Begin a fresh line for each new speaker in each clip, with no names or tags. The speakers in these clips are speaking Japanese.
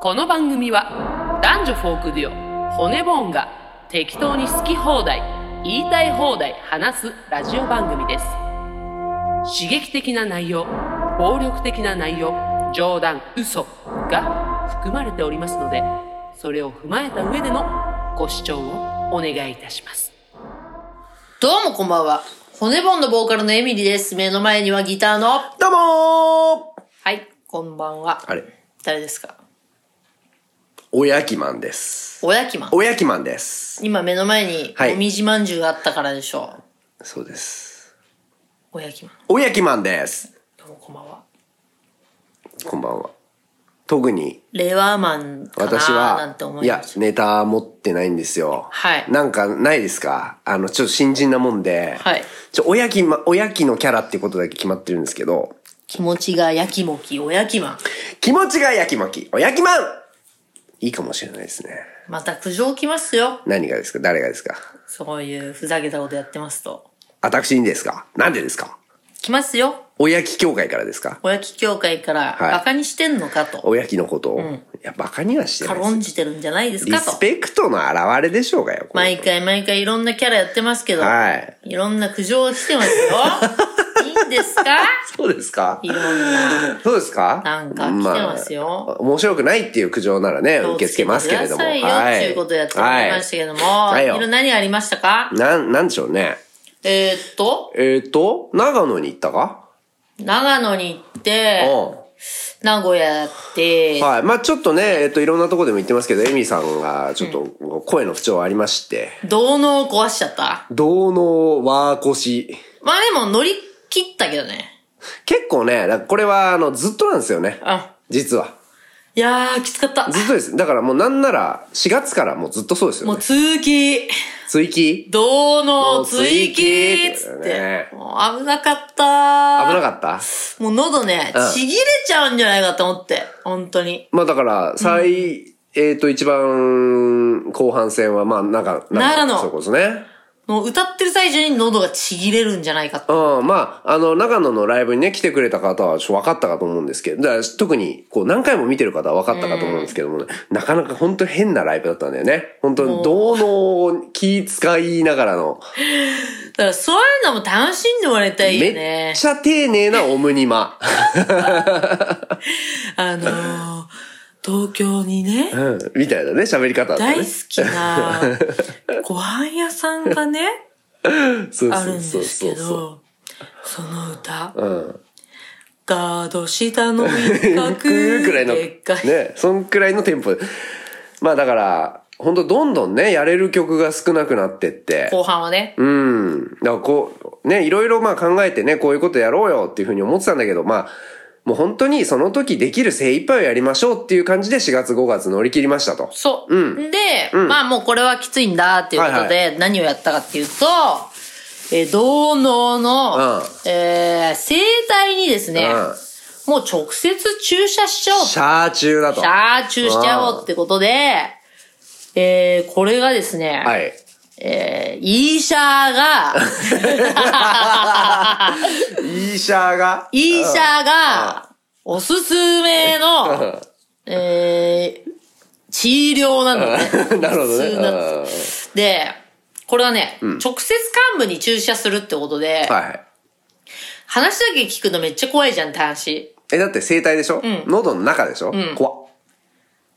この番組は男女フォークデュオ骨ボーンが適当に好き放題言いたい放題話すラジオ番組です刺激的な内容暴力的な内容冗談嘘が含まれておりますのでそれを踏まえた上でのご視聴をお願いいたします
どうもこんばんは。骨盆のボーカルのエミリです。目の前にはギターの。は
どうもー
い、こんばんは。
あれ、
誰ですか
おやきまんです。
おやきまん。
おやきまんです。
今目の前に
はい
おみじまんじゅうがあったからでしょう。
そうです。
おやきまん。
おやきまんです。
どうもこんばんは。
こんばんは。特に
レワーマンかな
私
ーなん
は
て、思
い
いま
や
し、た。
ネタ持ってないんですよ。
はい
なんかないですかあの、ちょっと新人なもんで。
はい
ちょ、おやきま、おやきのキャラっていうことだけ決まってるんですけど、
気持ちがやきもき、おやきまん。
気持ちがやきまき、おやきまんいいかもしれないですね。
また苦情来ますよ。
何がですか誰がですか
そういうふざけたことやってますと。
私にですかなんでですか
来ますよ。
おやき協会からですか
おやき協会から
はい
馬鹿にしてんのかと。
おやきのことを。いや、バカにはしてない
軽んじてるんじゃないです
リ
か
ス
と。
ペクトの表れでしょうがよ。これ
毎回毎回いろんなキャラやってますけど。
はい。
いろんな苦情が来て ますよ。いいんですか
そうですか
いろんな。
そうですか
なんか来てますよ
あ面白くないっていう苦情ならね、受け付けますけれども。
気をつけてくださいよっていうことをやってもらいましたけども。
はいい
ろいろ何ありましたか
なん、なんでしょうね。
えーっと、
えっ、と、長野に行ったか
長野に行って、
う
名古屋やって、
ん。はい。まあちょっとね、えっ、と、いろんなとこでも言ってますけど、エミさんがちょっと声の不調ありまして、
道能を壊しちゃった。
どうのわーこし。
まあでも乗り切ったけどね。
結構ね、だからこれはあの、ずっとなんですよね。
あ、
実は。
いやー、きつかった。
ずっとです。だからもうなんなら、4月からもうずっとそうですよ
もう
ね。
通気、
追記
道能追
も
記
う追記
つっ
ってね
て。もう危なかった
危なかった
もう喉ね
うん、
ちぎれちゃうんじゃないかと思って。本当に。
まあだから、最、えっ、と、一番後半戦は、まあ、なんか、
長野
それこそね。
もう歌ってる最中に喉がちぎれるんじゃないかと。
うん、まあ、あの、長野のライブにね、来てくれた方は、ちょっと分かったかと思うんですけど、だから特に、こう、何回も見てる方は分かったかと思うんですけどもね、なかなか本当に変なライブだったんだよね。本当に、どうの気使いながらの、
だからそういうのも楽しんでもらいたいよ
め
ね
っ。ちゃ丁寧なオムニマ。
あのー、東京にね、
うん、みたいなね、喋り方だった
大
ね。
好き なご飯屋さんがね、
そう
あ
そ
るん
う
で
そう
す
そ
け
うそう。
ど、その歌、
うん。
ガード下の一角
くらいの、
でっかい。
ね、そんくらいのテンポで。まあだから、本当どんどんね、やれる曲が少なくなってって。
後半はね、
うん。だからこう、ね、いろいろまあ考えてね、こういうことやろうよっていうふうに思ってたんだけど、まあ、もう本当にその時できる精一杯をやりましょうっていう感じで4月5月乗り切りましたと。
そう。
う
で、まあもうこれはきついんだっていうことで、
はい
何をやったかっていうと、えー、銅能の、
うん
えー、生体にですね、もう直接注射しちゃお
うん。
う。
シャー中だと。は
射注しちゃおうってことで、えー、これがですね、
い。
えー、イーシャー が、
イーシャーが。
イーシャーが、おすすめの、えー、治療なのね。
なるほどね
普通なんですで、これはね、直接幹部に注射するってことで、
はいはい。
話だけ聞くのめっちゃ怖いじゃんって話。
え、だって声帯でしょ、喉の中でしょ、怖っ。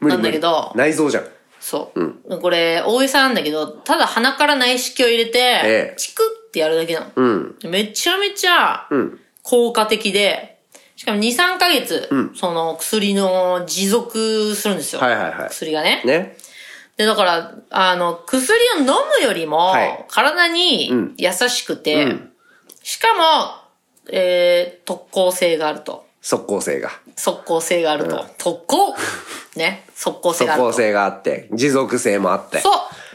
無
な
理無理
んだけど
内臓じゃん。
そう。これ、大げさなんだけど、ただ鼻から内視鏡入れて、
ええ
チクってやるだけなの。
うん。
めちゃめちゃ
ん
効果的で、しかも2、3ヶ月、その薬の持続するんですよ。
はいはいはい
薬がね。
ね。
で、だから、あの、薬を飲むよりも
はい、
体に
ん
優しくて、しかも、えー、特効性があると。
即効性が。
速効性があると。特効ね。速効性があ
即
る
効
と。
性があって、持続性もあって。
そ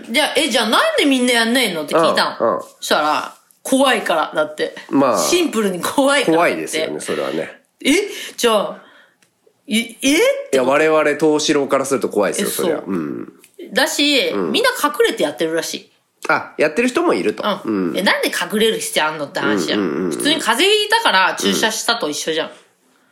うじゃあ、え、じゃあなんでみんなやんないのって聞いたの。
うんうん
そしたら、怖いから、だって。
まあ
シンプルに怖いから。
怖いですよね、。それはね。
えじゃあ、いえ
いや、我々、東四郎からすると怖いですよ、
え
それは。
そう
うん。
だし、みんな隠れてやってるらしい。
あ、やってる人もいると。
うん。え、なんで隠れる必要あんのって話じゃん。普通に風邪ひいたから注射したと一緒じゃん。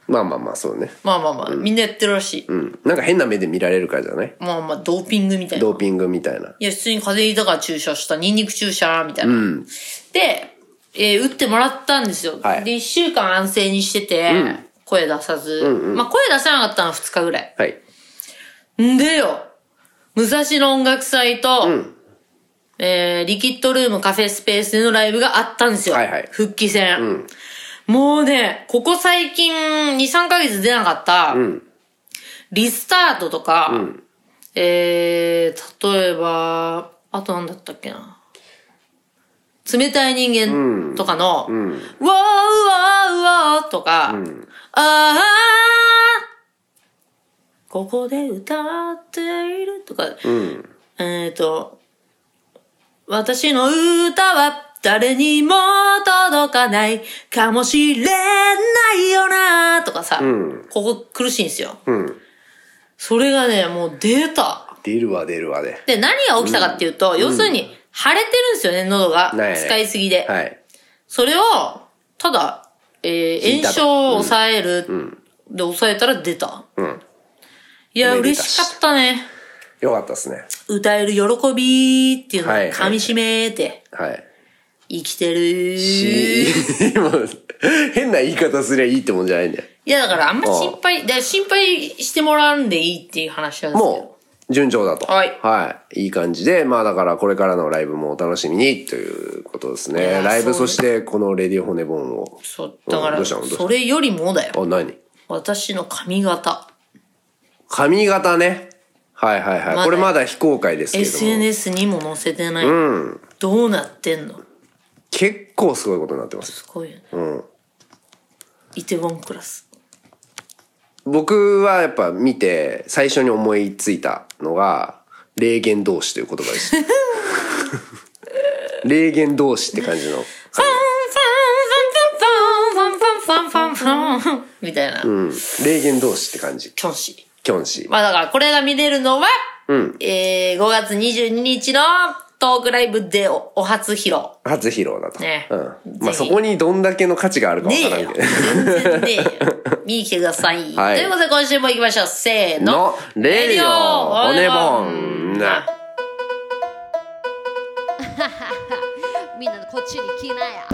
まあまあまあ、そうね。
まあまあまあ、みんなやってるらしい。
うん。なんか変な目で見られるからじゃない
まあまあ、ドーピングみたいな。
ドーピングみたいな。
いや、普通に風邪ひいたから注射した、ニンニク注射、みたいな。
うん。
で、えー打ってもらったんですよ。
はい
で、一週間安静にしてて、
ん
声出さず。まあ、声出せなかったのは二日ぐらい。
はい。
んでよ武蔵野音楽祭と、
ん
えーリキッドルームカフェスペースでのライブがあったんですよ。
はいはい
復帰戦。もうね、ここ最近2、3ヶ月出なかった、
ん
リスタートとか、えー、例えば、あとなんだったっけな。冷たい人間とかの、うわーうわーうわーとか、あーここで歌っているとか、えっ、と、私の歌は誰にも届かないかもしれないよなとかさ、ここ苦しいんですよ。
ん
それがね、もう出た。
出るわ出るわで。
で、何が起きたかっていうと、要するに腫れてるんですよね、喉が。
ない
使いすぎで。
はい。
それを、ただ、えー、
引いた
炎
と
症を抑える、で抑えたら出た。
うん。
いや、
めで
嬉
たし
しかったね。
よかったですね。
歌える喜びっていうのを
はいはい
噛み締めて、
はい。
生きてる。
し、もう変な言い方すりゃいいってもんじゃないんだよ。
いや、だからあんま
ああ
心配、で心配してもらうんでいいっていう話なんですけど。
もう、順調だと。
はい
はい。いい感じで、まあだからこれからのライブもお楽しみにということです
いや
ね。
ー
ライブ、
そう
そ
ね
してこのレディオ骨ボンを。
そう、だか
うんど
ら、
うしたのどうした
それよりもだよ。
あ、何
私の髪型、
髪型ね。はいはいはい。
まだ
これまだ非公開ですけれども。
SNS にも載せてない。どうなってんの
結構すごいことになってます。
すごいよね。
うん。
イテウォンクラス。
僕はやっぱ見て最初に思いついたのが霊言同士という言葉でした 霊言同士って感じの
ファンファンファンファンファンファンファンファンファンみたいな。
うん霊言同士って感じ
キョンシー。
キョンシー
まあだからこれが見れるのは、えー、5月22日のトークライブでおお初披露。
初披露だと、
ね
うん、ま
ぜ
あ
ひ
そこにどんだけの価値があるかわ
ね
から
え
ん
よ
けど。
全然ねえよ。見に来てください。
はい
ということで今週も行きましょう。せーの。
のレディオ骨ボンな
みんなこっちに来なや。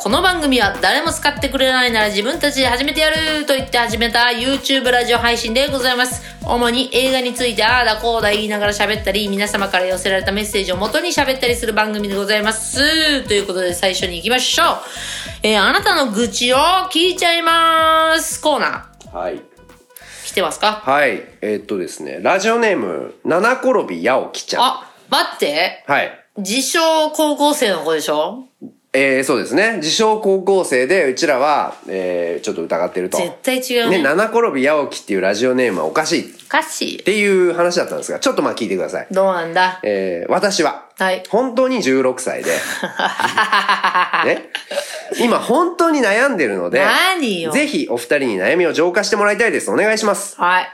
この番組は誰も使ってくれないなら自分たちで始めてやると言って始めた YouTube ラジオ配信でございます。主に映画についてああだこうだ言いながら喋ったり、皆様から寄せられたメッセージを元に喋ったりする番組でございます。ということで最初に行きましょう。えー、あなたの愚痴を聞いちゃいます。コーナ
はい
ー、来てますか
はいえーっとですねラジオネーム七転び八起きちゃん
あ、待って。
はい
自称高校生の子でしょ
えー、そうですね自称高校生でうちらは、えー、ちょっと疑ってると
絶対違うね。
ね、七転び八起きっていうラジオネームはおかしいっ
おかしい。
ていう話だったんですが、ちょっとまあ聞いてください。
どうなんだ
えー、私は、
はい
本当に16歳で、ね、今本当に悩んでるので、
何よ
ぜひお二人に悩みを浄化してもらいたいです。お願いします。
はい。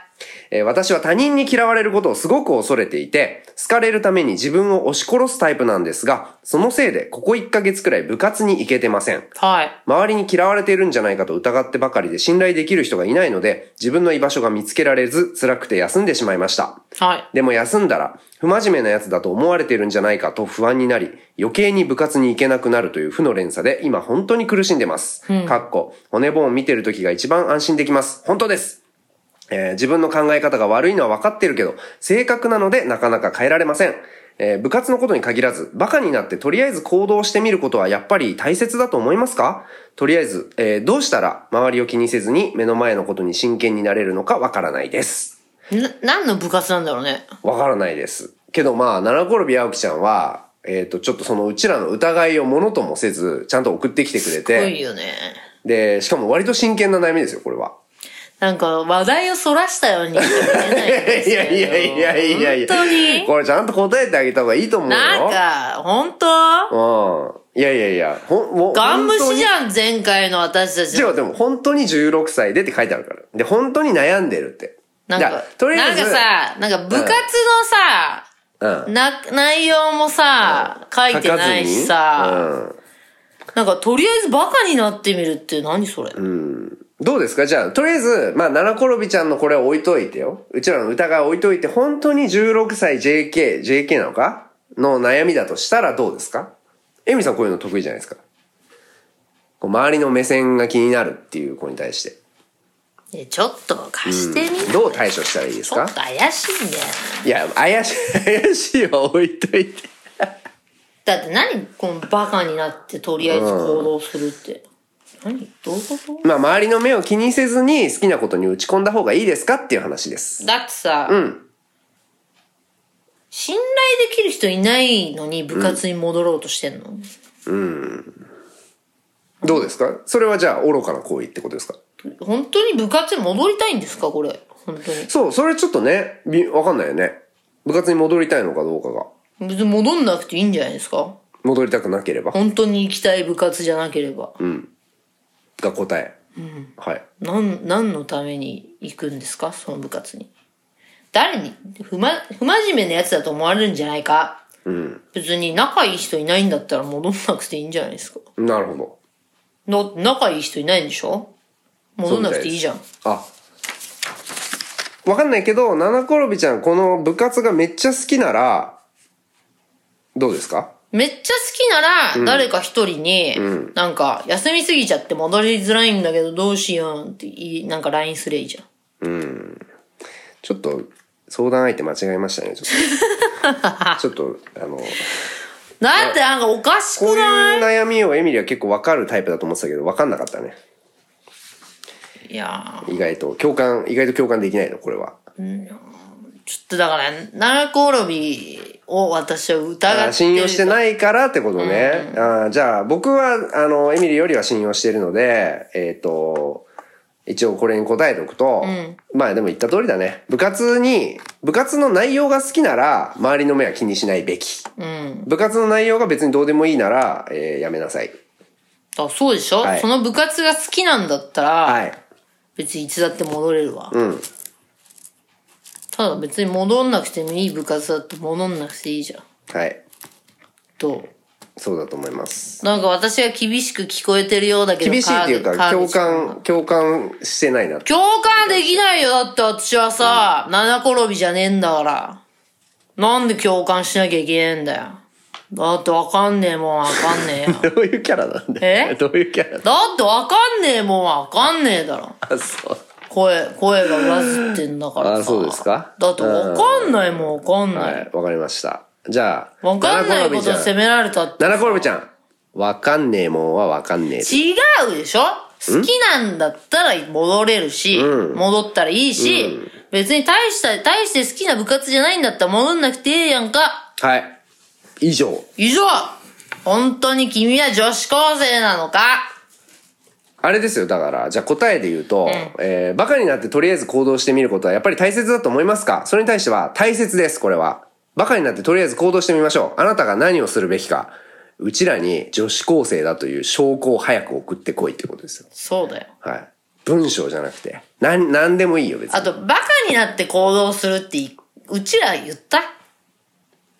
えー私は他人に嫌われることをすごく恐れていて、好かれるために自分を押し殺すタイプなんですが、そのせいでここ1ヶ月くらい部活に行けてません。
はい。
周りに嫌われているんじゃないかと疑ってばかりで信頼できる人がいないので、自分の居場所が見つけられず、辛くて休んでしまいました。
はい。
でも休んだら、不真面目なやつだと思われてるんじゃないかと不安になり、余計に部活に行けなくなるという負の連鎖で、今本当に苦しんでます。かっこ、骨棒を見てる時が一番安心できます。本当です。えー自分の考え方が悪いのは分かってるけど、性格なのでなかなか変えられません。えー部活のことに限らず、バカになってとりあえず行動してみることはやっぱり大切だと思いますかとりあえず、えーどうしたら周りを気にせずに目の前のことに真剣になれるのかわからないです。
な、何の部活なんだろうね。
わからないです。けどまあ、七転び青木ちゃんは、えっ、と、ちょっとそのうちらの疑いをものともせず、ちゃんと送ってきてくれ
すごい
て、
よね。
で、しかも割と真剣な悩みですよ、これは。
なんか話題をそらしたように言 えないんです
い
け
や
れど
いやいやいやいや。
本当に
これちゃんと答えてあげた方がいいと思うよ。
なんか、本当
うん。いやいやいや、ほん、もう。
ガン無視じ
ん
ゃん、前回の私たち
違
の。
う、でも本当に16歳でって書いてあるから。で、本当に悩んでるって。
なん
じゃ
か
あ、とりあ
な
え
ん
ず。
かさ、なんか部活のさ、
うん、
な、内容もさ、書いてないしさ、
書かずに
なんか、とりあえずバカになってみるって何それ、
どうですかじゃあ、とりあえず、まあ、七転びちゃんのこれ置いといてよ。うちらの歌が置いといて、本当に16歳 JK、JK なのかの悩みだとしたらどうですかエミさんこういうの得意じゃないですか。こう周りの目線が気になるっていう子に対して。
えちょっと貸してみ、
どう対処したらいいです
ちょ
か
っと怪しいんだよ。
いや、怪しい、怪しいは置いといて。
だって何このバカになってとりあえず行動するって。何どういうこ
まあ、周りの目を気にせずに好きなことに打ち込んだ方がいいですかっていう話です。
とだってさ、
ん
信頼できる人いないのに部活に戻ろうとしてんの、
どうですかそれはじゃあ愚かな行為ってことですか
本当に部活に戻りたいんですかこれ。本当に。
そう、それちょっとね、びわかんないよね。部活に戻りたいのかどうかが。
別に戻んなくていいんじゃないですか
戻りたくなければ
本当に行きたい部活じゃなければ。
が答え。はい。
なん、何のために行くんですかその部活に。誰に、不ま、不真面目なやつだと思われるんじゃないか別に仲いい人いないんだったら戻んなくていいんじゃないですか。
なるほど。
の、仲いい人いないんでしょ戻んなくていいじゃん。
あ。わかんないけど、七転びちゃん、この部活がめっちゃ好きなら、どうですか
めっちゃ好きなら、誰か一人に、なんか、休みすぎちゃって戻りづらいんだけどどうしようって言い、なんか LINE すりゃいいじゃん。
ちょっと、相談相手間違えましたね、ちょ っと。ちょっと、あの、
だってなんかおかしく
こう
ない
いう悩みをエミリは結構わかるタイプだと思ってたけど、わかんなかったね。
いやー
意外と、共感、意外と共感できないの、これは。
ちょっとだから、七転びを私は疑って
あ
る。
信用してないからってことね。あじゃあ、僕は、あの、エミリーよりは信用してるので、えっ、と、一応これに答えておくと、まあでも言った通りだね。部活に、部活の内容が好きなら、周りの目は気にしないべき。
うん。
部活の内容が別にどうでもいいなら、えーやめなさい。
あそうでしょ、
はい
その部活が好きなんだったら、
はい。
別にいつだって戻れるわ。
うん。
ただ別に戻んなくてもいい部活だって戻んなくていいじゃん。
はい。
どう
そうだと思います。
なんか私が厳しく聞こえてるようだけど。
厳しいっていうか、
川
共
口さんは
感、共感してないな。
共感できないよ。だって私はさ、七転びじゃねえんだから。なんで共感しなきゃいけねえんだよ。だってわかんねえもんわかんねえよ。
どういうキャラなんだよ
え
どういうキャラだ
だってわかんねえもんわかんねえだろ。
あそう。
声、声が上ずってんだからさ。
あそうですか
だってわかんないもんわかんな。
はいい、わかりました。じゃあ、
わかんないこ
七転びち
と
ゃん
責められたって。
七転びちゃん。わかんねえもんはわかんねえ。
違うでしょ好きなんだったら戻れるし、戻ったらいいし、別に大した、大して好きな部活じゃないんだったら戻んなくてええやんか。
はい。以上。
以上本当に君は女子高生なのか
あれですよ、だから、じゃあ答えで言うと、えー、バカになってとりあえず行動してみることはやっぱり大切だと思いますかそれに対しては、大切です、これは。バカになってとりあえず行動してみましょう。あなたが何をするべきか。うちらに女子高生だという証拠を早く送ってこいってことですよ。
そうだよ。
はい。文章じゃなくて。なん、なんでもいいよ、別
あ
に。
と、バカになって行動するってい、うちら言った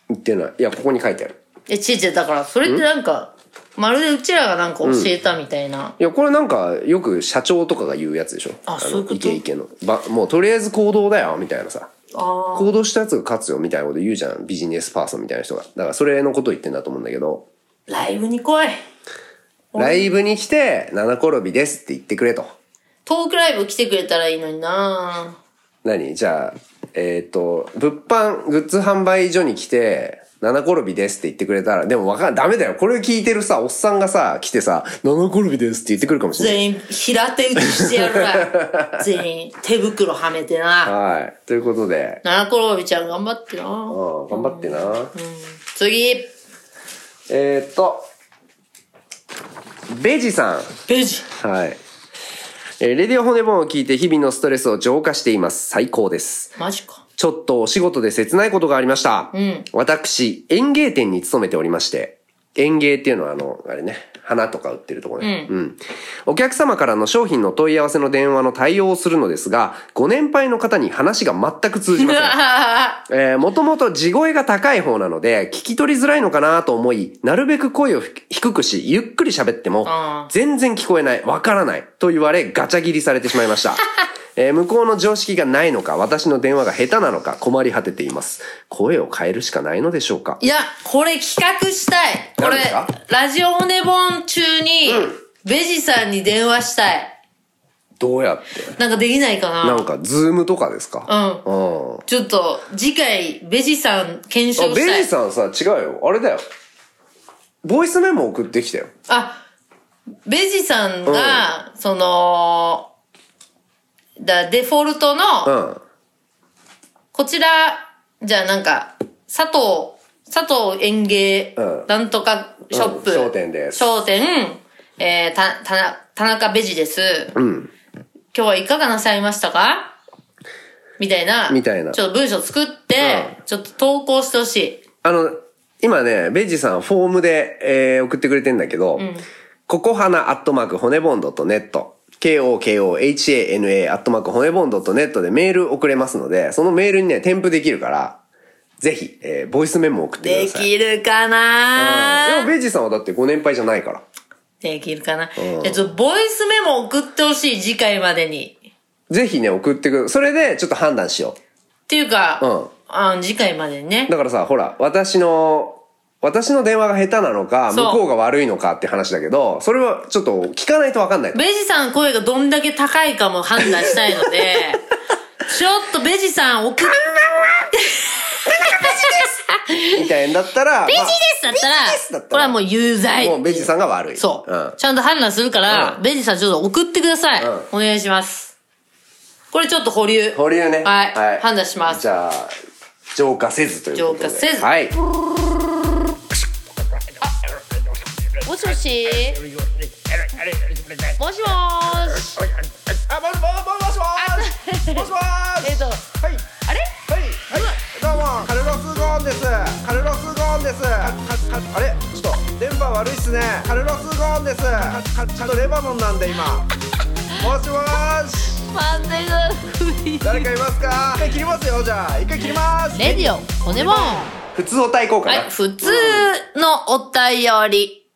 言ってない。いや、ここに書いてある。
え、ちいちだから、それってなんか、まるでうちらがなんか教えたみたいな。
いや、これなんか、よく社長とかが言うやつでしょ。
あ
の
そういうこと
イケイケの。ば、もうとりあえず行動だよ、みたいなさ。行動したやつが勝つよ、みたいなこと言うじゃん。ビジネスパーソンみたいな人が。だから、それのこと言ってんだと思うんだけど、
ライブに来い。
ライブに来て、七転びですって言ってくれと。
トークライブ来てくれたらいいのにな
何じゃあ、えっ、と、物販、グッズ販売所に来て、七転びですって言ってくれたら、でもわかん、ダメだよ。これを聞いてるさ、おっさんがさ、来てさ、七転びですって言ってくるかもしれない。
全員平手打ちしてやるわ。全員手袋はめてな。
はい。ということで、
七転びちゃん頑張って
う
な。
ん、頑張ってな。
次、
えーっと、ベジさん。
ベジ。
はい。えーレディオ骨盆を聞いて日々のストレスを浄化しています。最高です。
マジか。
ちょっとお仕事で切ないことがありました。
ん
私、園芸店に勤めておりまして、園芸っていうのはあの、あれね、花とか売ってるとこね。
う
うん。お客様からの商品の問い合わせの電話の対応をするのですが、ご年配の方に話が全く通じま せん。えー、もともと地声が高い方なので、聞き取りづらいのかなと思い、なるべく声を低くし、ゆっくり喋っても
あ、ー
全然聞こえない、わからない、と言われ、ガチャ切りされてしまいま した。えー向こうの常識がないのか、私の電話が下手なのか、困り果てています。声を変えるしかないのでしょうか
いや、これ企画したい。これ
何ですか、
ラジオ骨本中に、ベジさんに電話したい。
どうやって
なんかできないかな
なんか、ズームとかですか
う。
うんん。
ちょっと、次回、ベジさん検証し
あ、
たい。
ベイさんさ、違うよ。あれだよ。ボイスメモ送ってきたよ。
あ、ベジさんが、その、だデフォルト
う
の、
ん。
こちら、じゃあなんか、佐藤、佐藤園芸
うん、
なんとかショップ、
うん商店です
商店、えー、た、たな、田中ベジです。
ん
今日はいかがなさいましたかみたいな。
みたいな
ちょっと文章作って、ちょっと投稿してほしい。
あの、今ね、ベイジさんフォームで、えー送ってくれてんだけど、ここはなアットマーク骨ボンドとネット。KOKOHANA アットマーク骨ボンドとネットでメール送れますので、そのメールにね、添付できるから、ぜひ、えーボイスメモ送ってく
で
ださい。
きるかな
うんでもベイジさんはだってご年配じゃないから。
できるかな。
ん
えっと、ボイスメモ送ってほしい、次回までに。
ぜひね、送ってくる。それで、ちょっと判断しよう。
っていうか、
うん
あ次回までにね。
だからさ、ほら、私の、私の電話が下手なのか、向
そう
こうが悪いのかって話だけど、それはちょっと聞かないとわ かんない。
ベジさんの声がどんだけ高いかも判断したいので、ちょっとベジさん送っ
みたいんだったら、ベジ
てだったら、
ジだったら
これはもう有罪。
もうベジさんが悪い。
そう、
ん。
ちゃんと判断するから、
うん
ベジさんちょっと送ってください。
うん
お願いします。これちょっと保留。
保留ね。
はい判断します
じゃあ、浄化せずということで。
浄化せず
はい。
あ、もしももしもーしもし
もしもしもしもーし
もーし
えっと
はい
あれ
はいはいどうもカルロス・ゴーンですカルロス・ゴーンですかかかあれちょっと電波悪いっすねカルロス・ゴーンですかかちゃんとレバノンなんで今もしもーし
漫才が古い
誰かいますか一回切りますよじゃあ一回切ります
レディオ、骨もん。
普通お対抗かな。
はい、普通のお便り。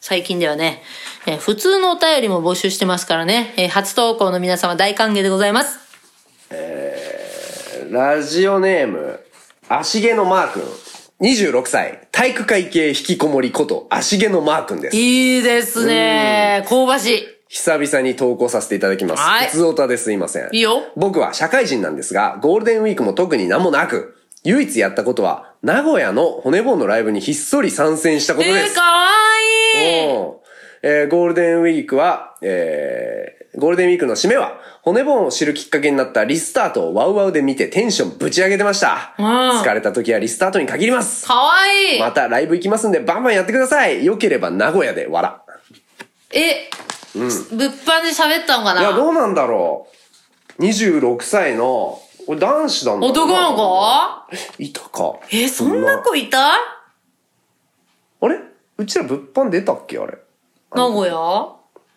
最近ではね、えー普通のお便りも募集してますからね、えー初投稿の皆様大歓迎でございます。
ラジオネーム、足毛のマー君。26歳、体育会系引きこもりこと、足毛のマー君です。
いいですね香ばしい。
久々に投稿させていただきます。
はい
普通オタですいません。
いいよ
僕は社会人なんですが、ゴールデンウィークも特になんもなく、唯一やったことは、名古屋の骨盆のライブにひっそり参戦したことで
えー、
す。
かわいい
おーえーゴールデンウィークは、えーゴールデンウィークの締めは、骨盆を知るきっかけになったリスタートをワウワウで見てテンションぶち上げてました。
うん
疲れた時はリスタートに限ります。
かわいい
またライブ行きますんでバンバンやってください。良ければ名古屋で笑。
え、物販で喋ったのか
いや、
な
どうなんだろう。26歳の、これ男子なんだ
男の子
いたか。
えー、そんな子いた
あれうちら物販出たっけあれ。
名古屋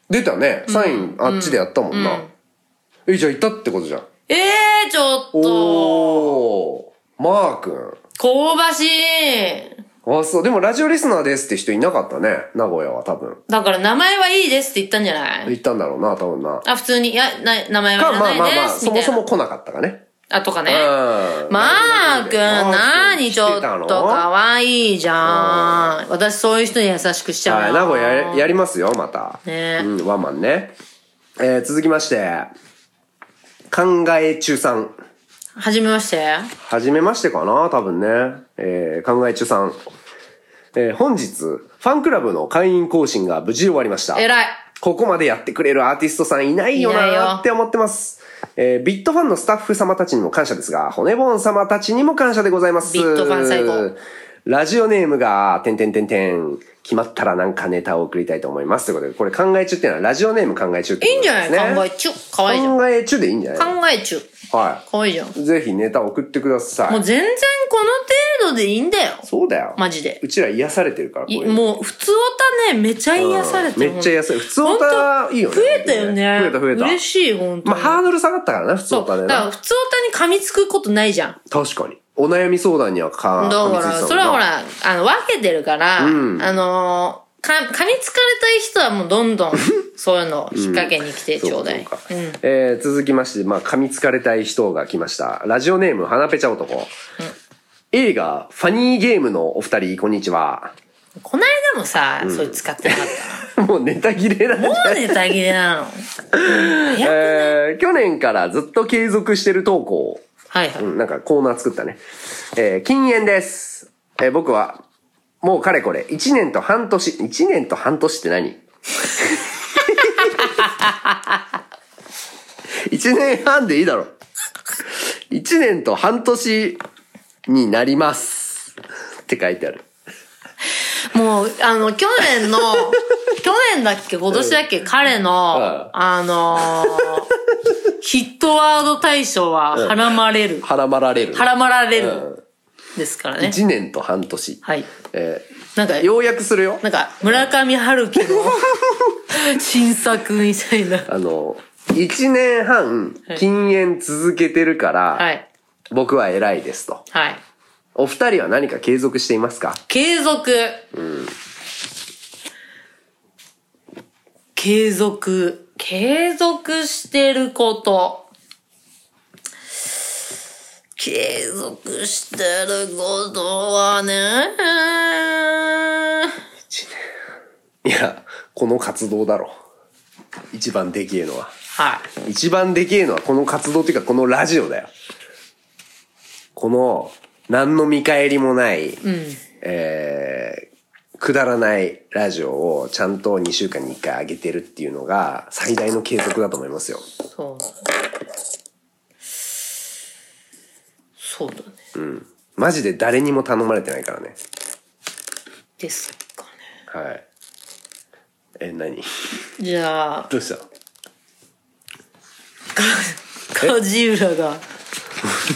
出たね。サイン、あっちでやったもんな。え、じゃあいたってことじゃん。
えー、ちょっと、
おー。マー君。
香ばしい。
あ、そう。でもラジオリスナーですって人いなかったね。名古屋は多分。
だから名前はいいですって言ったんじゃない
行ったんだろうな、多分な。
あ、普通に、いや、な名前
か、
は
まあ
い
ま
ら
あま
ない
あ、
です。
そもそ
み
も来なかったかね。
たいな。あ、とかね。
うん。
マー君、なに
に
ちょっとかわいいじゃん。私そういう人に優しくしちゃうな。
はい、名古屋ややりますよ、また。
ね
うん、ワンマンね。えー、続きまして、考え中さん。
はじめまして。
はじめましてかな、多分ね。えー、考え中さん。えー、本日、ファンクラブの会員更新が無事終わりました。
えらい。
ここまでやってくれるアーティストさんいないよ
いないよ
なって思ってます。えー、ビットファンのスタッフ様たちにも感謝ですが、骨ボーン様たちにも感謝でございます。
ビットファン最高。
ラジオネームが、てんてんてんてん、決まったらなんかネタを送りたいと思います。ということで、これ考え中っていうのは、ラジオネーム考え中って
いいんじゃ
こと
な
で
い、
すね。
考え中。かわいいじゃん。
考え中でいいんじゃない
考え中。
は
かわいいじゃん。
い。ぜひネタ送ってくださ
もう
い。
全然この程度でいいんだよ。
そうだよ。
マジで
うちら癒されてるから、こ
いう
いうの
もう、普通おたね、めちゃ癒されてる。
めっちゃ癒され普通
ほんと
歌いいよね
増えたよね。
増えた増えた
嬉しい、本当
まあ、
に。
ハードル下がったからな、普通
そう。
歌
だ
で
か
な
ら、。普通おたに噛みつくことないじゃん。
確かに。お悩み相談にはか、
だから、それはほ
噛みついて
ら、あの、分けてるから、
うん
あのー、か、噛みつかれたい人はもうどん どん、そういうのを引っ掛けに来て
た
ちょ
も
うん
な
だい。
そうかそううんかえー続きまして、まあ、噛みつかれたい人が来ました。ラジオネーム、はなぺちゃ男。映画、ファニーゲームのお二人、こんにちは。
こないだもさ、それ使ってなかった
もうネタ切れだね。
な。もうネタ切れ なの。
えー去年からずっと継続してる投稿。
はいはい。
うん、なんかコーナー作ったね。えー禁煙です。えー僕は、もうかれこれ、1年と半年、1年と半年って何 ?1 年半でいいだろ。1年と半年になります。って書いてある。
もう、あの、去年 の、去年だっけ、今年だっけ、彼の、
うん
あ のーヒットワード大賞は、はらまれる。
はらまられる。
はらまられる。
うん
ですからね。
1年と半年。
はい。
え
なんか
ー、ようやくするよ。
なんか、村上春 樹の新作みたいな。
あの、1年半
はい
禁煙続けてるから、
はい。
僕は偉いですと。
はい。
お二人は何か継続していますか
継続。継続。継続してること。継続してることはね。
いや、この活動だろ。一番でけえのは。
はい。
一番でけえのはこの活動っていうかこのラジオだよ。この、何の見返りもない、えー、くだらないラジオをちゃんと2週間に1回上げてるっていうのが最大の継続だと思いますよ。
そう。そうだね。
マジで誰にも頼まれてないからね。
ですかね。
はい。え、何
じゃあ、
どうした
梶浦が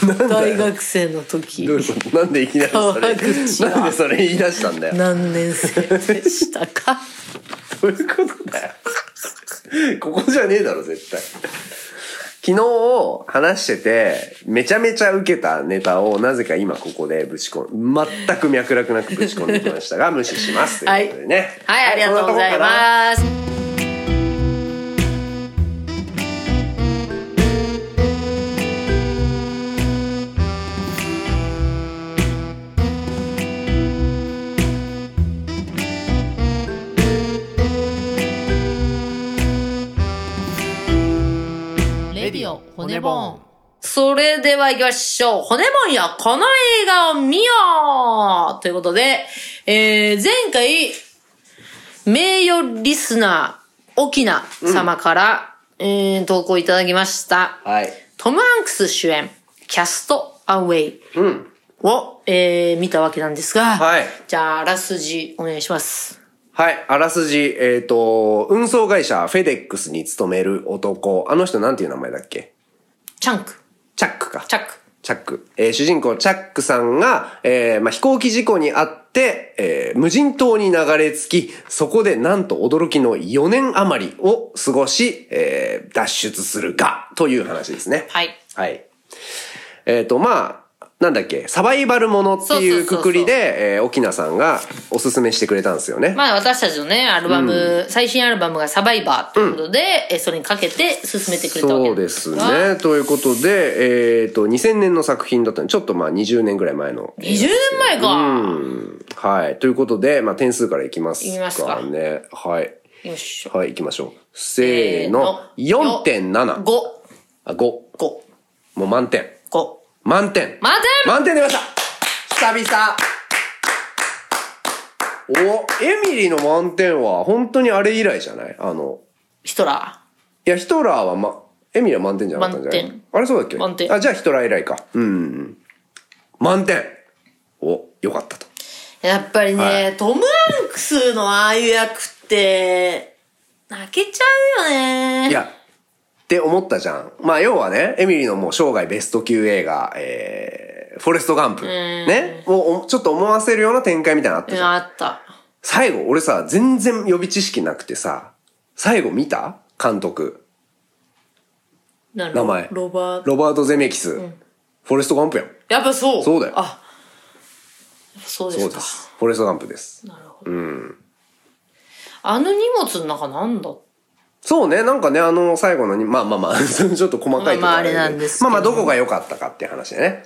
なんだ
大
よ
学生の時
どういうことなんでいきなりそ
川
れ
口は
なんでそれ言い出したんだよ
何年生でしたか
どういうことだよここじゃねえだろ絶対昨日話しててめちゃめちゃ受けたネタをなぜか今ここでぶち込ん全く脈絡なくぶち込んできましたが無視しま すということでね
はい、ありがとうござい
こんな
ま
とこかな
す。
レディオ骨ボーン
それでは行きましょう。骨もんや、この映画を見ようということで、えー、前回、名誉リスナー、沖縄様から、えー、投稿いただきました。
はい
トム・ハンクス主演、キャスト・アウェイ
うん
を、えー、見たわけなんですが、
はい
じゃあ、あらすじお願いします。
はい。あらすじ、えっ、と、運送会社、フェデックスに勤める男。あの人なんていう名前だっけ
チャンク、
チャックか。
チャック。
チャック。えー主人公チャックさんが、えーまあ、飛行機事故にあって、えー無人島に流れ着き、そこでなんと驚きの4年余りを過ごし、えー脱出するか、という話ですね。
はい。
はい。えっ、と、まあ、なんだっけ、サバイバルものっていうくくりで、えー沖縄さんがおすすめしてくれたんですよね。
まあ私たちのね、アルバム、最新アルバムがサバイバーということで、えそれにかけて進めてくれたわけ
そ
なん
うですす
が
ね。ということで、えっ、と、2000年の作品だったので、ちょっとまあ20年ぐらい前の。
20年前か、
うんはい。ということで、まあ、点数からいきますかね。
いきますか
はい。
よいしょ。
はい、いきましょう。せーの。
せーの
4.7。
5、
あ、5。も
5、
う満点。
5。
満点。
満点
満点出ました久々お、エミリーの満点は、本当にあれ以来じゃないあの、
ヒトラ
いや、ヒトラーはま、エミリーは満点じゃなかったんじゃない
満点
あれそうだっけ
満点
あ、じゃあヒトラー以来か。うんうんうん。満点。お、よかったと。
やっぱりね、
はい
トム・ハンクスのああいう役って、泣けちゃうよね。
いや、って思ったじゃん。まあ、要はね、エミリーのもう生涯ベスト級映画、えー、フォレストガンプ。ね。もうお、ちょっと思わせるような展開みたいなのあっ
う
た
ん、
じゃん。
あった。
最後、俺さ、全然予備知識なくてさ、最後見た監督。
な
名前
ロバート。
ロバート・ゼメキス。フォレストガンプやん。
やっぱそう。
そうだよ
あ、そうで
そ
す
う
か
で。す。フォレストガンプです。
なるほど。あの荷物の中なんだ
そうね、なんかね、あの、最後のに、まあまあまあ、 ちょっと細かいところ
まあまあ
だけど
あれなんですけど
まあまあ、どこが良かったかっていう話でね。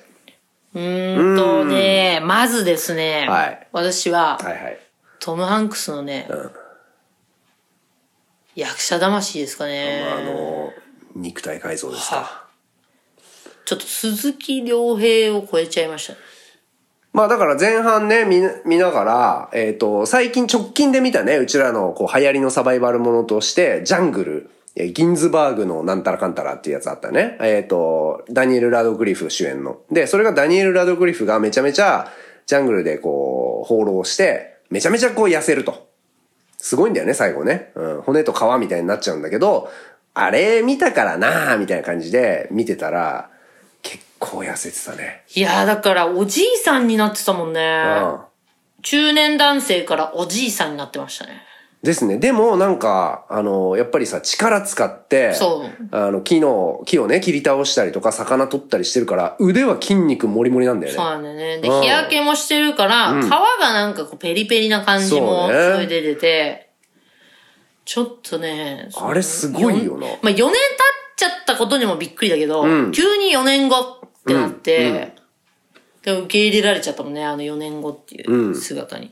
うーんとね、まずですね、
はい
私は、
はいはい。
トム・ハンクスのね、
ん
役者魂ですかね。
まあ、あの、肉体改造ですか。
ちょっと鈴木亮平を超えちゃいましたね。
まあだから前半ね、見な、見ながら、えっ、と、最近直近で見たね、うちらのこう流行りのサバイバルものとして、ジャングル、えーギンズバーグのなんたらかんたらっていうやつあったね。えっ、と、ダニエル・ラドクリフ主演の。で、それがダニエル・ラドクリフがめちゃめちゃ、ジャングルでこう、放浪して、めちゃめちゃこう痩せると。すごいんだよね、最後ね。うん、骨と皮みたいになっちゃうんだけど、あれ見たからなーみたいな感じで見てたら、結構痩せてたね。
いやーだからおじいさんになってたもんね。
うん。
中年男性からおじいさんになってましたね。
ですね。でも、なんか、あの、やっぱりさ、力使って、
そう
あの、木の、木をね、切り倒したりとか、魚取ったりしてるから、腕は筋肉もりもりなんだよね。
そうなんだよね。で、
うん
日焼けもしてるから、皮がなんかこうペリペリな感じも、
そ
そう
ね
れで出て、ちょっとね、その
あれすごいよな
よんまあ4年経っちゃったことにもびっくりだけど、
ん
急に4年後ってなって、で受け入れられちゃったもんね、あの4年後っていう姿に。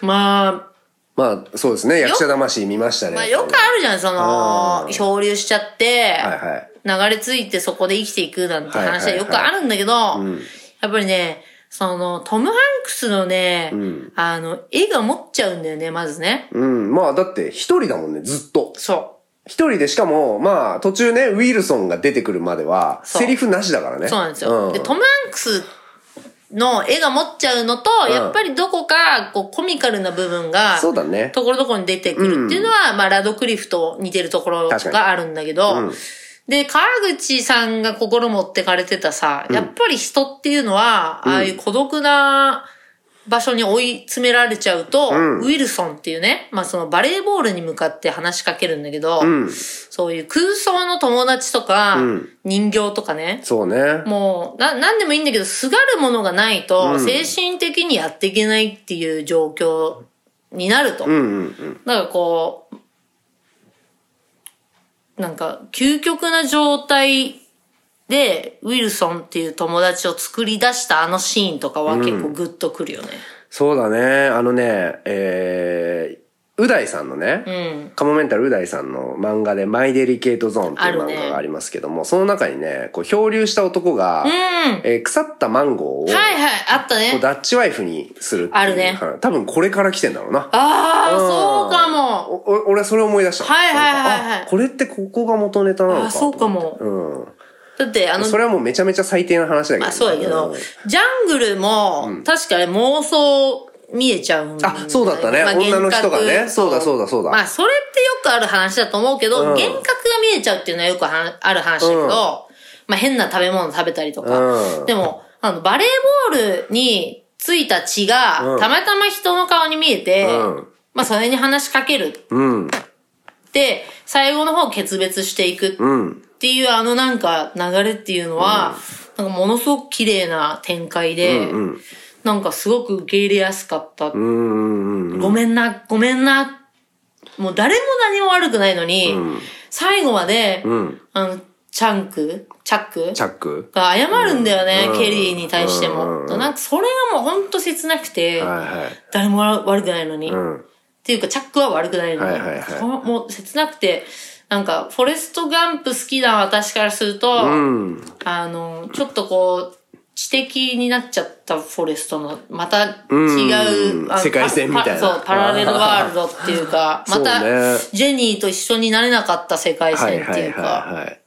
まあ、
まあ、そうですね。役者魂見ましたね。
まあよくあるじゃん、その
う、ん
漂流しちゃって、
はいはい。
流れ着いてそこで生きていくなんて話
はい
は
はいはい
よくあるんだけど、やっぱりね、その、トム・ハンクスのね、あの、絵が持っちゃうんだよね、まずね。
うん。まあ、だって、一人だもんね、ずっと。
そ
一人で、しかも、まあ、途中ね、ウィルソンが出てくるまでは、
そう
セリフなしだからね。
う。そうなんですよ。で、トム・ハンクスの絵が持っちゃうのと、
うん
やっぱりどこか、こう、コミカルな部分が、
そうだね。
ところどころに出てくるっていうのは、まあ、ラドクリフと似てるところ
確かに
があるんだけど、
うん
で、川口さんが心持ってかれてたさ、やっぱり人っていうのは、ああいう孤独な場所に追い詰められちゃうと、
ん
ウィルソンっていうね、まあそのバレーボールに向かって話しかけるんだけど、
ん
そういう空想の友達とか、
うん
人形とかね、
そうね。
もう、な、なんでもいいんだけど、すがるものがないと、精神的にやっていけないっていう状況になると。
うんうんうん。
なんかこう、なんか、究極な状態で、ウィルソンっていう友達を作り出したあのシーンとかは結構グッとくるよね。
そうだね。あのね、えー、う大さんのね、
うん。
カモメンタルう大さんの漫画で「マイ・デリケート・ゾーン」っていう
ある
漫
ね
画がありますけども、その中にねこう漂流した男が、
うん。
えー腐ったマンゴーを、
はいはい、あった
こう
ね。
ダッチワイフにするっていう
あるね
はい多分これから来てんだろうな。
ああ、
うん
そうかも。
おお俺はそれを思い出した。
はいはいはいはい
なんかあこれってここが元ネタなのか
あそうかも
と思って
だって、あ
うん、
の、
それはもうめちゃめちゃ最低な話だけど、
まあそうだけど、
ん
ジャングルも、確かに妄想見えちゃうんだよね、
あそうだったね女の人がね
幻覚
そうだそうだそうだ
まあそれってよくある話だと思うけど、
うん
幻覚が見えちゃうっていうのはよくはある話だけど、
うん
まあ変な食べ物食べたりとか。
うん
でも、あの、バレーボールについた血
う
が、
ん
たまたま人の顔に見えて、
うん
まあそれに話しかける
うん
って、最後の方決別していくって
うん
っていうあのなんか流れっていうのは、なんかものすごく綺麗な展開で、なんかすごく受け入れやすかった。
うんうんうん
ごめんな、ごめんな。もう誰も何も悪くないのに、最後まで、
うん
あの、チャンクチャック
チャック
が謝るんだよね、
うん
ケリーに対しても。
うん
なんかそれがもうほんと切なくて、
はいはい
誰も悪くないのに。
うん
っていうか、チャックは悪くないのに、
はいはいはい
このもう切なくて、なんか、フォレストガンプ好きな私からすると、
うん
あの、ちょっとこう、知的になっちゃったフォレストの、また違う、
うん
あの
世界線みたいな
パパそう、パラレルワールドっていうか、
あー
また
そうね、
ジェニーと一緒になれなかった世界
はい
線っ
は
てい
いうはい
か、
はい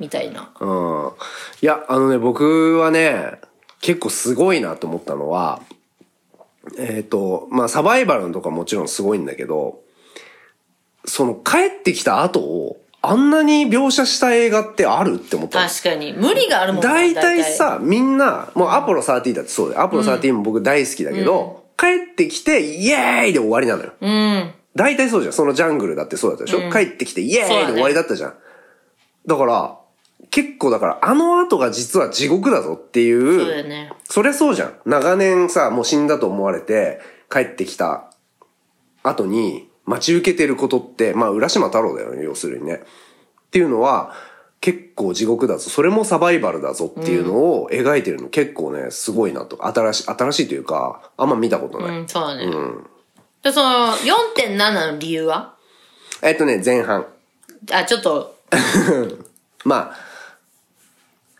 みたいな。
うん。いや、あのね、僕はね、結構すごいなと思ったのは、えっ、と、まあ、サバイバルのとかもちろんすごいんだけど、その帰ってきた後を、あんなに描写した映画ってあるって思ったの
確かに。無理があるもん
大体さ、みんな、もうアポロ13だってそうだよ。アポロ13も僕大好きだけど、帰ってきて、イエーイで終わりなのよ。
うん。
大体そうじゃん。そのジャングルだってそうだったでしょ、帰ってきて、イエーイ
そうだ
で
ね
終わりだったじゃん。だから、結構だから、あの後が実は地獄だぞっていう。
そうだよね。
そりゃそうじゃん。長年さ、もう死んだと思われて、帰ってきた後に待ち受けてることって、まあ、浦島太郎だよね、要するにね。っていうのは、結構地獄だぞ。それもサバイバルだぞっていうのを描いてるの結構ね、すごいなと。新しい、新しいというか、あんま見たことない。
うん、そうだね。で、その、4.7の理由は
えっとね、前半。
あ、ちょっと、
まあ、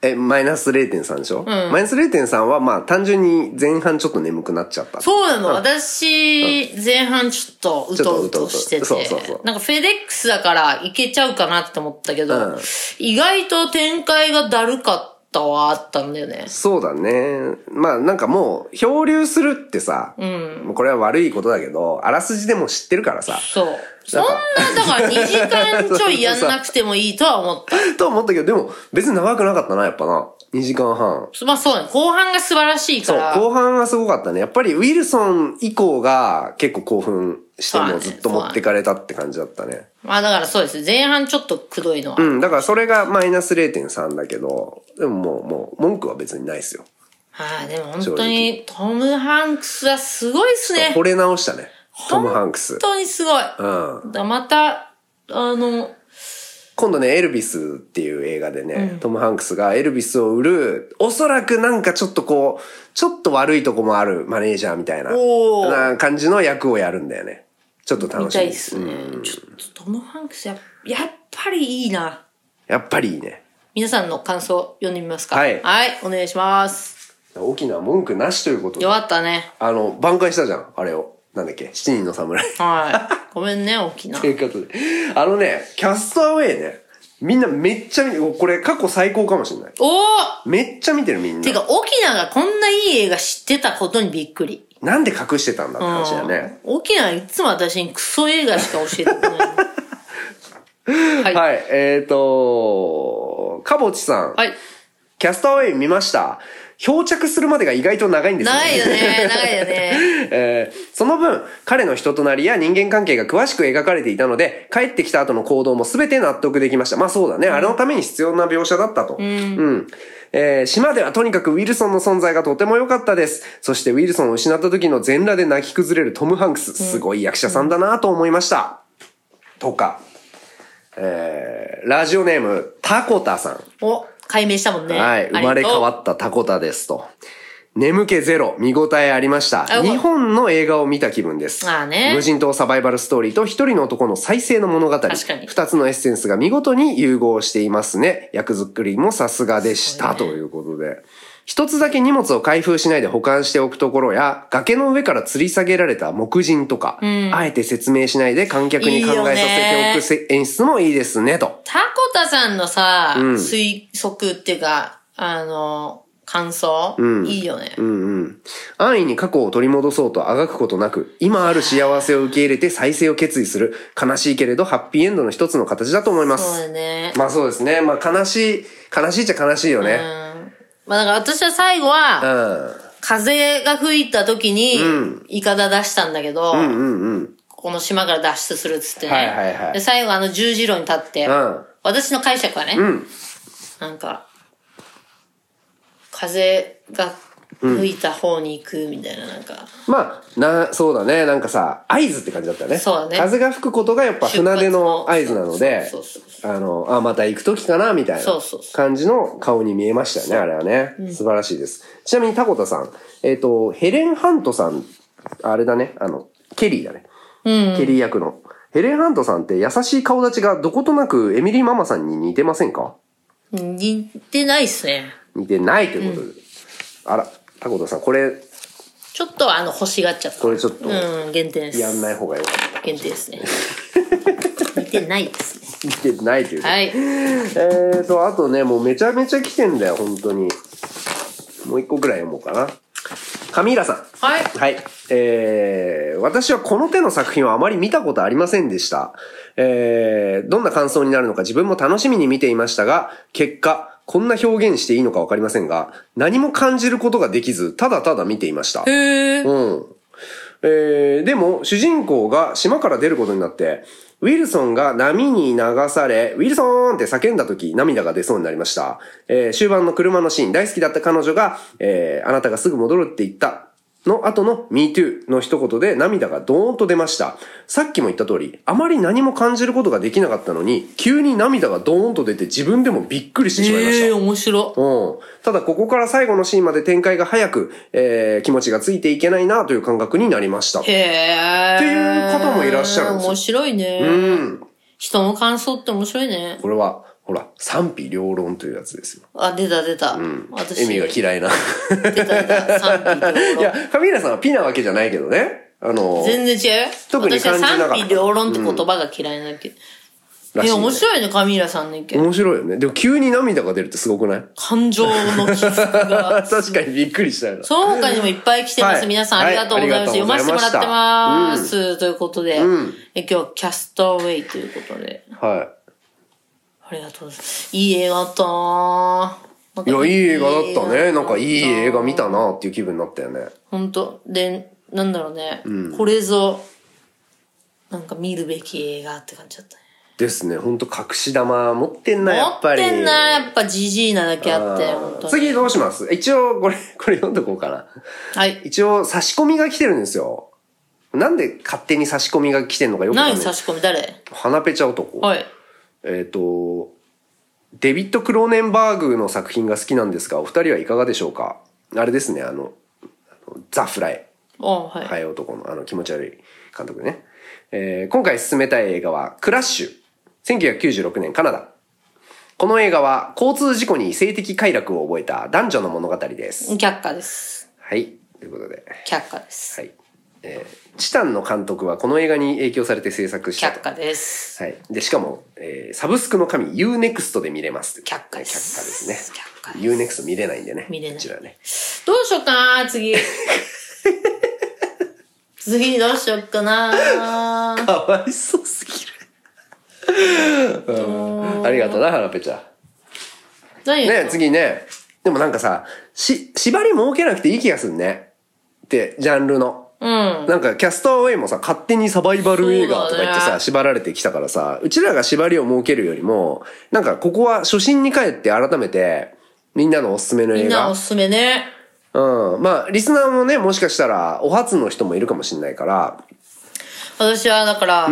え、マイナス0.3でしょ、マイナス0.3は、まあ、単純に前半ちょっと眠くなっちゃった。
そうなの。私、前半ちょっと、うとうとしてて。
ちょっとうとうとそうそうそう
なんか、フェデックスだから、いけちゃうかなって思ったけど、
うん
意外と展開がだるかったはあったんだよね。
そうだね。まあなんかもう、漂流するってさ、もうこれは悪いことだけど、あらすじでも知ってるから さ、
そう。そんな、だから2時間ちょいやんなくてもいいとは思 った。
とは思ったけど、でも別に長くなかったな、やっぱな。2時間半。
まあそうだね。後半が素晴らしい
そ
か
う、
ら。
後半はすごかったね。やっぱりウィルソン以降が結構興奮して
そうだ
も
ね
ずっと持ってかれたって感じだったね。
まあだからそうです。前半ちょっとくどいのは。
うん、だからそれがマイナス0.3だけど、でももう、もう文句は別にないですよ。
はい、でも本当にトム・ハンクスはすごいっすね。
惚れ直したね。トム・ハンクス
本。当にすごい。
うん。
だまた、あの、
今度ね、エルビスっていう映画でね、トム・ハンクスがエルビスを売る、おそらくなんかちょっとこう、ちょっと悪いとこもあるマネージャーみたいな
おー
な感じの役をやるんだよね。ちょっと
見
楽したみ
い
で
っ
す。
すね。ちょっとトム・ハンクスや、やっぱりいいな。
やっぱりいいね。
皆さんの感想読んでみますか
はい
はい、お願いします。
大きな文句なしということで
よ、かったね。
あの、挽回したじゃん、あれを。なんだっけ、七人の侍。
はい。ごめんね、大きな
と。いうことで。あのね、キャストアウェイね、みんなめっちゃ見これ過去最高かもしれない。
おー
めっちゃ見てるみんな。
てか、沖縄がこんないい映画知ってたことにびっくり。
なんで隠してたんだって話だよね。
沖縄いつも私にクソ映画しか教えてくれない。はい
はい、えっ、ー、と、かぼちさん、
はい。
キャストアウェイ見ました。漂着するまでが意外と長いんですよね。
長いよね、長いよね。
えーその分、彼の人となりや人間関係が詳しく描かれていたので、帰ってきた後の行動も全て納得できました。まあそうだね。あれのために必要な描写だったと。うん。えー島ではとにかくウィルソンの存在がとても良かったです。そしてウィルソンを失った時の全裸で泣き崩れるトム・ハンクス。すごい役者さんだなと思いました。とか、えーラジオネーム、タコタさん。
お、解明したもんね。
はい。生まれ変わ
っ
ったタコタですと。眠気ゼロ、見応えありました。
あよかった
日本の映画を見た気分です。
あーね
無人島サバイバルストーリーと一人の男の再生の物語。
確かに
二つのエッセンスが見事に融合していますね。役作りもさすがでした。ということで。一つだけ荷物を開封しないで保管しておくところや、崖の上から吊り下げられた木人とか、あえて説明しないで観客に考えさせておくせ演出もいいですね、と。
タコタさんのさ、
ん
推測っていうか、あの、感想、いいよね。
うんうん。安易に過去を取り戻そうとあがくことなく、今ある幸せを受け入れて再生を決意する、悲しいけれどハッピーエンドの一つの形だと思いま
そうだ
す。
ね。
まあそうですね。まあ悲しい、悲しいっちゃ悲しいよね。
うん。まあだから私は最後
う
は、
ん。
風が吹いた時に、イカダ出したんだけど、
うんうんうん。
この島から脱出するっつってね。
はいはいはい
で、最後あの十字路に立って、
うん
私の解釈はね、なんか、風が吹いた方に行くみたいな、なんか、
まあ、な、そうだね。なんかさ、合図って感じだったよね。
そうだね
風が吹くことがやっぱ船出の合図なので
そうそうそう、
あの、あ、また行く時かな、みたいな
そうそうそう
感じの顔に見えましたよね、あれはね。素晴らしいです。ちなみにタコタさん、えっ、と、ヘレン・ハントさん、あれだね、あの、ケリーだね。ケリー役の。ヘレン・ハントさんって優しい顔立ちがどことなくエミリー・ママさんに似てませんか
似てないっすね。
似てないということで。あら、タコタさん、これ、
ちょっとあの、欲しがっちゃった。
これちょっと
うん、限定です。
やんない方がよかった。
限定です ね。似てないですね。
似てないということで
はい。
えーと、あとね、もうめちゃめちゃ来てんだよ、本当に。もう一個くらい読もうかな。カミーラさん。
はい。
はい。えー、私はこの手の作品はあまり見たことありませんでした。えー、どんな感想になるのか自分も楽しみに見ていましたが、結果、こんな表現していいのかわかりませんが、何も感じることができず、ただただ見ていました。
へえ。
うん。えーでも、主人公が島から出ることになって、ウィルソンが波に流され、ウィルソーンって叫んだ時、涙が出そうになりました。えー終盤の車のシーン、大好きだった彼女が、えーあなたがすぐ戻るって言った。の後の MeToo の一言で涙がドーンと出ました。さっきも言った通り、あまり何も感じることができなかったのに、急に涙がドーンと出て自分でもびっくりしてしまいました。
へえ、面白。
うん。ただここから最後のシーンまで展開が早く、えー気持ちがついていけないなという感覚になりました
へ。え。
っていう方もいらっしゃるんですよ
面白いね。
うん。
人の感想って面白いね。
これは、ほら、賛否両論というやつですよ。
あ、出た出た。
エ
私。
ミが嫌いな。
出た出た。賛否両
いや
論。、
カミーラさんはピなわけじゃないけどね。あの、
全然違うよ。
特に
私は
感じなかった
賛否両論って言葉が嫌いなだけ。
らし
え、
いね
面白いね、カミーラさんの意見。
面白いよね。でも急に涙が出るってすごくない
感情の起伏 が。
確かにびっくりしたよな。
その他にもいっぱい来てます。
はい
皆さんありがとうございます。
はいあり
読
がとうござい
ま
ま
せ
した
てもらってます。ということで、
うん
え今日はキャストアウェイということで。
は
ありがとうございます。いい映画だったなぁ
い。いや、いい映画だったね。なんかいい映画見た
な。
なっていう気分になったよね。
本当で、なんだろうね。これぞ、なんか見るべき映画って感じだったね。
ですね。ほんと隠し玉持ってんな、や
持
っぱ
っ
り。
てんな、やっぱジジイなだけあって、本当に。
次どうします一応、これ、これ読んどこうかな。
はい。
一応、差し込みが来てるんですよ。なんで勝手に差し込みが来てんのかよくわか
何
んな
差
い。
し込み誰
花ペチャ男。
はい。
えっ、と、デビッド・クローネンバーグの作品が好きなんですが、お二人はいかがでしょうかあれですね、あの、あのザ・フライ。
あはい。
ハエ男のあの気持ち悪い監督ね。えー今回進めたい映画は、クラッシュ。1996年カナダ。この映画は交通事故に性的快楽を覚えた男女の物語です。
却下です。
はい。ということで。
却下です。
はい。えーチタンの監督はこの映画に影響されて制作した
却
と。
下です。
はい。で、しかも、えーサブスクの神 Unext で見れます。
却下で
却下です
す
ね。
却下
Unext 見れないんでね。
見れない
こちらね。
どうしようかな 次。次どうしようかな
かわいそうすぎる。うんありがとうな、ハラペちゃん。
何
ね次ね。でもなんかさ、し、縛り設けなくていい気がするね。って、ジャンルの。
うん。
なんか、キャストアウェイもさ、勝手にサバイバル映画とか言っ
そう
て
だ
さ、
ね
縛られてきたからさ、うちらが縛りを設けるよりも、なんか、ここは初心に帰って改めて、みんなのおすすめの
み
映
んな
画
お。すすめね。
うん。まあ、リスナーもね、もしかしたら、お初の人もいるかもしれないから、
私はだから、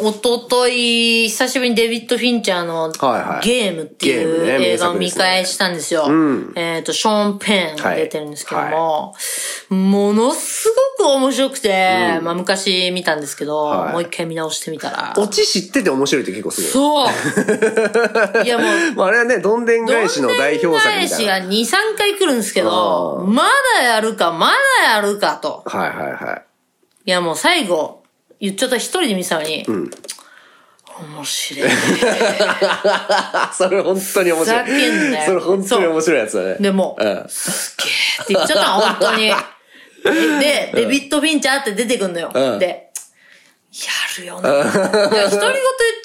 おととい、久しぶりにデビッド・フィンチャーの
はいはい
ゲームってい
ゲーム
う
ね
映画を
名作で
見
すね
返したんですよ。
ん
えっ、と、ショーン・ペンが出てるんですけども、ものすごく面白くて、まあ昔見たんですけど、
はい
もう一回見直してみたら。
オチ知ってて面白いって結構すごい。
そ ういやもう、
まあ、あれはね、どんでん返しの代表作みたいな。
どんでん返しが2、3回来るんですけ
あ
ど、
ー
まだやるか、まだやるかと。
はいはいはい。
いやもう最後、言っちゃった一人で見てたのに、面白い。
あ、それ本当に面
ふざ
白。
けんないよ
それ本当に面白いやつだね。
でも、
うん。
すっげーって言っちゃったの、本当 に。で、デビッド・フィンチャーって出てくんのよ。
うん
で、やるよな。いや独り言言っち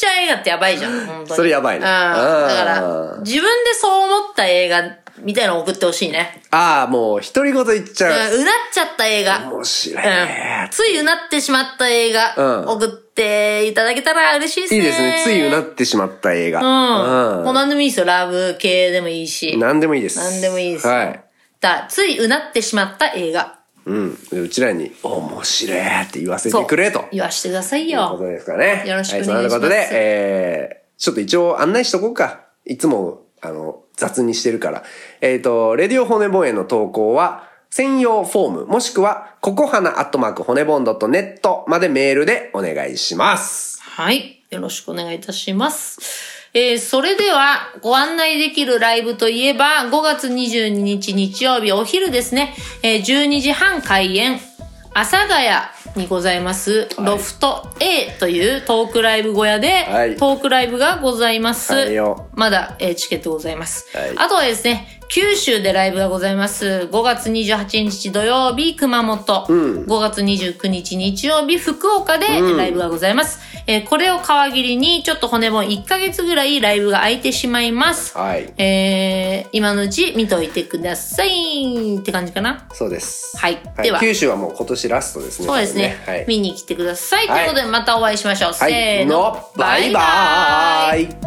ゃう映画ってやばいじゃん、本当に。
それやば
う
いね
んだか
う
ら、自分でそう思った映画みたいなの送ってほしいね。
ああ、もう、独り言言っち
うん
ゃう。
うなっちゃった映画。
面白い
うん
ね。
ついうなってしまった映画、
うん
送っていただけたら嬉しいです
い
ね。
いですね。ついうなってしまった映画。
うん。もう
う
何でもいいですよ。ラブ系でもいいし。
ん。何でもいいです。
何でもいいです
はい。
だついうなってしまった映画。
うん。でうちらに、面白いって言わせてくれと。
言わしてください
というこ
よ。
とですからね。
よろしくお願いします
はそんなことで、えー、ちょっと一応案内しとこうか。いつも、あの、雑にしてるから。えっ、と、レディオ骨ボンへの投稿は、専用フォーム、もしくは、ここはなアットマーク骨ボンドットネットまでメールでお願いします。
はい。よろしくお願いいたします。えー、それでは、ご案内できるライブといえば、5月22日日曜日お昼ですね、えー12時半開演、阿佐ヶ谷にございます、ロフト A というトークライブ小屋で、
はい
トークライブがございます。
はいよ
まだ、えーチケットございます、
はい
あとはですね、九州でライブがございます。5月28日土曜日、熊本。5月29日日曜日、福岡でライブがございます。えーこれを皮切りに、ちょっと骨本1ヶ月ぐらいライブが空いてしまいます。
はい
えー、今のうち見といてくださいって感じかな。
そうです
はいでは
九州はもう今年ラストですね
そうですね。
多分はい
見に来てください。
は
とい
い
うことで、またお会いしましょう。
はい
せーの。
バイバーイ